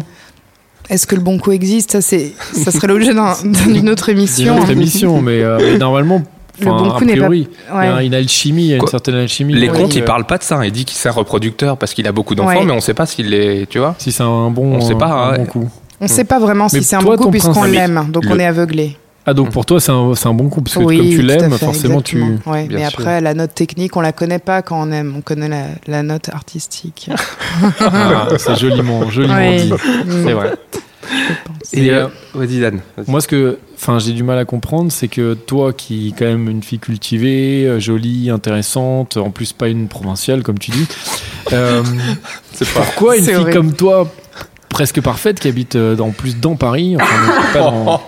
[SPEAKER 4] Est-ce que le bon coup existe Ça, c'est, ça serait l'objet d'un- d'une autre
[SPEAKER 2] C'est une
[SPEAKER 4] émission.
[SPEAKER 2] autre émission, mais, euh, mais normalement,
[SPEAKER 4] Le
[SPEAKER 2] enfin,
[SPEAKER 4] bon
[SPEAKER 2] a
[SPEAKER 4] coup n'est pas-
[SPEAKER 2] priori, il y a
[SPEAKER 4] Ouais.
[SPEAKER 2] une alchimie, il y a une
[SPEAKER 3] Quoi
[SPEAKER 2] certaine alchimie.
[SPEAKER 3] Les
[SPEAKER 2] Oui,
[SPEAKER 3] contes,
[SPEAKER 2] euh,
[SPEAKER 3] ils parlent pas de ça. Ils disent qu'il c'est un reproducteur parce qu'il a beaucoup d'enfants,
[SPEAKER 4] Ouais.
[SPEAKER 3] mais on sait pas s'il est. Tu vois
[SPEAKER 2] Si c'est un bon,
[SPEAKER 3] On sait pas,
[SPEAKER 2] un
[SPEAKER 3] hein.
[SPEAKER 2] bon coup.
[SPEAKER 4] On ne sait pas vraiment si
[SPEAKER 2] Hmm. Mais
[SPEAKER 4] c'est un
[SPEAKER 2] toi,
[SPEAKER 4] bon coup
[SPEAKER 2] ton
[SPEAKER 4] puisqu'on
[SPEAKER 2] principe-
[SPEAKER 4] l'aime, donc
[SPEAKER 3] Le-
[SPEAKER 4] on est aveuglé.
[SPEAKER 2] Ah,
[SPEAKER 3] Mm.
[SPEAKER 2] donc pour toi, c'est un, c'est un bon coup, parce que
[SPEAKER 4] oui,
[SPEAKER 2] comme tu
[SPEAKER 4] tout à
[SPEAKER 2] l'aimes,
[SPEAKER 4] fait,
[SPEAKER 2] forcément, tu.
[SPEAKER 4] exactement. Ouais,
[SPEAKER 3] Bien
[SPEAKER 4] mais
[SPEAKER 3] sûr.
[SPEAKER 4] après, la note technique, on la connaît pas quand on aime. On connaît la, la note artistique.
[SPEAKER 2] Ah, c'est joliment, joliment
[SPEAKER 4] Oui.
[SPEAKER 2] dit.
[SPEAKER 4] Mm.
[SPEAKER 3] C'est vrai.
[SPEAKER 2] Et,
[SPEAKER 3] Et
[SPEAKER 2] euh,
[SPEAKER 3] euh, vas-y, Dan. Vas-y.
[SPEAKER 2] Moi, ce que, enfin, j'ai du mal à comprendre, c'est que toi, qui es quand même une fille cultivée, euh, jolie, intéressante, en plus pas une provinciale comme tu dis, euh, pourquoi une
[SPEAKER 4] C'est
[SPEAKER 2] fille
[SPEAKER 4] horrible.
[SPEAKER 2] comme toi, presque parfaite, qui habite euh, en plus dans Paris, enfin, donc pas,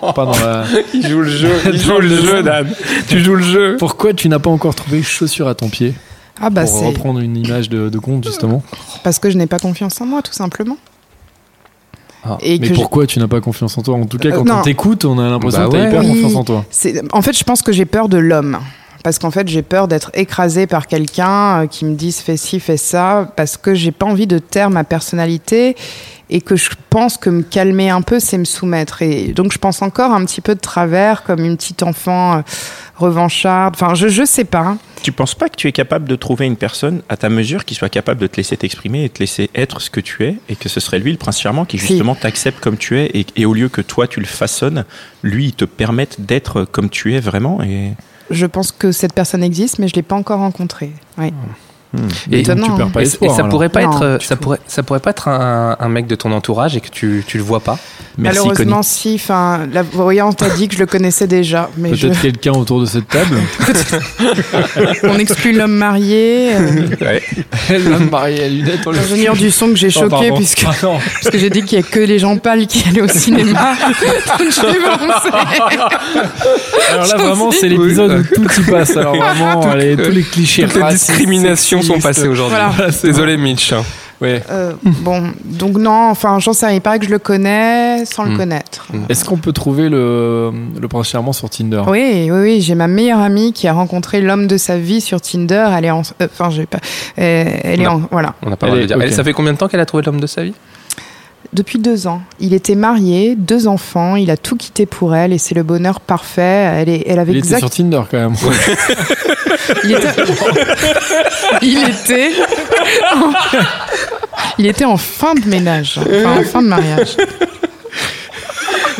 [SPEAKER 2] dans, pas dans la-
[SPEAKER 3] Il joue le jeu. Il joue
[SPEAKER 2] Dans
[SPEAKER 3] le
[SPEAKER 2] le
[SPEAKER 3] jeu,
[SPEAKER 2] jeu.
[SPEAKER 3] Dan. Tu joues le jeu.
[SPEAKER 2] Pourquoi tu n'as pas encore trouvé chaussure à ton pied
[SPEAKER 4] Ah bah
[SPEAKER 2] pour
[SPEAKER 4] c'est
[SPEAKER 2] reprendre une image de, de compte justement
[SPEAKER 4] parce que je n'ai pas confiance en moi, tout simplement.
[SPEAKER 3] Ah,
[SPEAKER 4] Et
[SPEAKER 2] Mais
[SPEAKER 4] que je-
[SPEAKER 2] pourquoi tu n'as pas confiance en toi En tout cas,
[SPEAKER 4] Euh,
[SPEAKER 2] quand
[SPEAKER 4] non.
[SPEAKER 2] on t'écoute, on a l'impression
[SPEAKER 3] Bah
[SPEAKER 2] que tu
[SPEAKER 3] ouais.
[SPEAKER 2] hyper
[SPEAKER 4] Oui.
[SPEAKER 2] confiance en toi.
[SPEAKER 4] c'est- en fait, je pense que j'ai peur de l'homme. Parce qu'en fait, j'ai peur d'être écrasée par quelqu'un euh, qui me dise fais ci, fais ça, parce que j'ai pas envie de taire ma personnalité et que je pense que me calmer un peu, c'est me soumettre. Et donc, je pense encore un petit peu de travers, comme une petite enfant euh, revancharde. Enfin, je, je sais pas.
[SPEAKER 1] Tu penses pas que tu es capable de trouver une personne à ta mesure qui soit capable de te laisser t'exprimer et te laisser être ce que tu es et que ce serait lui le prince charmant qui
[SPEAKER 4] Si.
[SPEAKER 1] justement t'accepte comme tu es et, et au lieu que toi tu le façonnes, lui il te permette d'être comme tu es vraiment et
[SPEAKER 4] Je pense que cette personne existe, mais je l'ai pas encore rencontrée. Ouais.
[SPEAKER 3] Et,
[SPEAKER 4] Étonnant,
[SPEAKER 2] tu perds
[SPEAKER 4] hein.
[SPEAKER 2] pas
[SPEAKER 3] et-
[SPEAKER 2] espoir,
[SPEAKER 3] et ça
[SPEAKER 2] alors.
[SPEAKER 3] pourrait pas
[SPEAKER 4] Non,
[SPEAKER 3] être, euh,
[SPEAKER 4] du
[SPEAKER 3] ça
[SPEAKER 4] tout.
[SPEAKER 3] pourrait, ça pourrait pas être un, un mec de ton entourage et que tu, tu le vois pas.
[SPEAKER 1] Merci,
[SPEAKER 4] Malheureusement, si. Enfin, la voyante a dit que je le connaissais déjà, mais je-
[SPEAKER 2] Peut-être quelqu'un autour de cette table.
[SPEAKER 4] on exclut l'homme marié, euh,
[SPEAKER 2] L'homme marié à lunettes, on le-
[SPEAKER 4] l'ingénieur du son que j'ai
[SPEAKER 2] Oh,
[SPEAKER 4] choqué
[SPEAKER 2] pardon.
[SPEAKER 4] puisque,
[SPEAKER 2] Ah, non.
[SPEAKER 4] parce que j'ai dit qu'il y a que les gens pâles qui allaient au cinéma. Donc, je l'ai balancé.
[SPEAKER 2] Alors là,
[SPEAKER 4] Je
[SPEAKER 2] vraiment,
[SPEAKER 4] me suis
[SPEAKER 2] c'est
[SPEAKER 3] dit-
[SPEAKER 2] l'épisode
[SPEAKER 3] Oui.
[SPEAKER 2] où tout y passe. Alors vraiment, les- tous les clichés.
[SPEAKER 3] Toutes les
[SPEAKER 2] racistes,
[SPEAKER 3] discriminations sont
[SPEAKER 2] sexistes.
[SPEAKER 3] passées aujourd'hui.
[SPEAKER 4] Voilà.
[SPEAKER 3] Désolé Mitch.
[SPEAKER 2] Ouais.
[SPEAKER 4] Euh, bon, donc non, enfin, j'en sais rien. Il paraît que je le connais sans le
[SPEAKER 2] Hmm.
[SPEAKER 3] Mm.
[SPEAKER 4] connaître.
[SPEAKER 2] Est-ce qu'on peut trouver le, le prince charmant sur Tinder
[SPEAKER 4] Oui, oui, oui. J'ai ma meilleure amie qui a rencontré l'homme de sa vie sur Tinder. Elle est en, euh, enfin, j'ai pas. euh, elle est en, voilà.
[SPEAKER 3] On n'a pas le droit de
[SPEAKER 2] Allez,
[SPEAKER 3] dire. Elle,
[SPEAKER 2] ok.
[SPEAKER 3] ça fait combien de temps qu'elle a trouvé l'homme de sa vie
[SPEAKER 4] Depuis deux ans. Il était marié, deux enfants. Il a tout quitté pour elle et c'est le bonheur parfait. Elle est, elle avait
[SPEAKER 2] Il était
[SPEAKER 4] exact-
[SPEAKER 2] sur Tinder quand même.
[SPEAKER 4] Il était. Il était. Il était en fin de ménage, enfin en fin de mariage.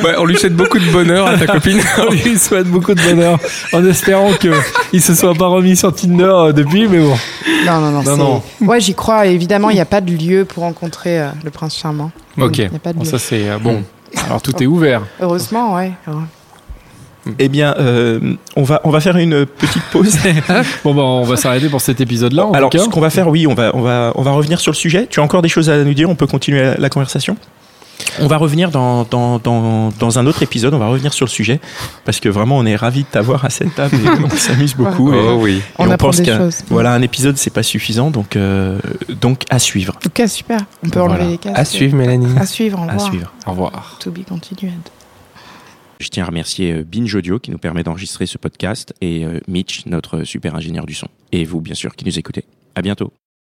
[SPEAKER 3] bah, On lui souhaite beaucoup de bonheur à ta copine.
[SPEAKER 2] On lui souhaite beaucoup de bonheur en espérant qu'il se soit pas remis sur Tinder euh, depuis, mais bon.
[SPEAKER 4] Non, non, non.
[SPEAKER 2] Non,
[SPEAKER 4] c'est- Ouais, j'y crois. Évidemment, il n'y a pas de lieu pour rencontrer euh, le prince charmant.
[SPEAKER 2] Ok.
[SPEAKER 4] Il n'y a pas de
[SPEAKER 2] Bon,
[SPEAKER 4] lieu.
[SPEAKER 2] ça c'est euh, bon.
[SPEAKER 3] Mm.
[SPEAKER 2] Alors tout est ouvert.
[SPEAKER 4] Heureusement, ouais. Alors,
[SPEAKER 1] Eh bien, euh, on, va, on va faire une petite pause.
[SPEAKER 3] Hein
[SPEAKER 2] Bon bah on va s'arrêter pour cet épisode-là. En
[SPEAKER 1] Alors,
[SPEAKER 2] tout cas.
[SPEAKER 1] ce qu'on va faire, oui, on va, on, va, on va revenir sur le sujet. Tu as encore des choses à nous dire On peut continuer la, la conversation On va revenir dans, dans, dans, dans un autre épisode. On va revenir sur le sujet parce que vraiment, on est ravis de t'avoir à cette table. et on s'amuse beaucoup. et-
[SPEAKER 3] Oh oui.
[SPEAKER 1] et
[SPEAKER 4] on, apprend
[SPEAKER 1] pense
[SPEAKER 4] des
[SPEAKER 1] qu'un-
[SPEAKER 4] choses.
[SPEAKER 1] Voilà, un épisode, c'est pas suffisant, donc, euh, donc à suivre.
[SPEAKER 4] Ok, super. On peut
[SPEAKER 2] Voilà.
[SPEAKER 4] enlever les casques.
[SPEAKER 3] À suivre Mélanie.
[SPEAKER 4] À suivre. Au
[SPEAKER 1] À
[SPEAKER 4] revoir.
[SPEAKER 1] suivre.
[SPEAKER 2] Au revoir.
[SPEAKER 4] To be continued.
[SPEAKER 1] Je tiens à remercier euh, Binge Audio qui nous permet d'enregistrer ce podcast et euh, Mitch, notre super ingénieur du son. Et vous, bien sûr, qui nous écoutez. À bientôt.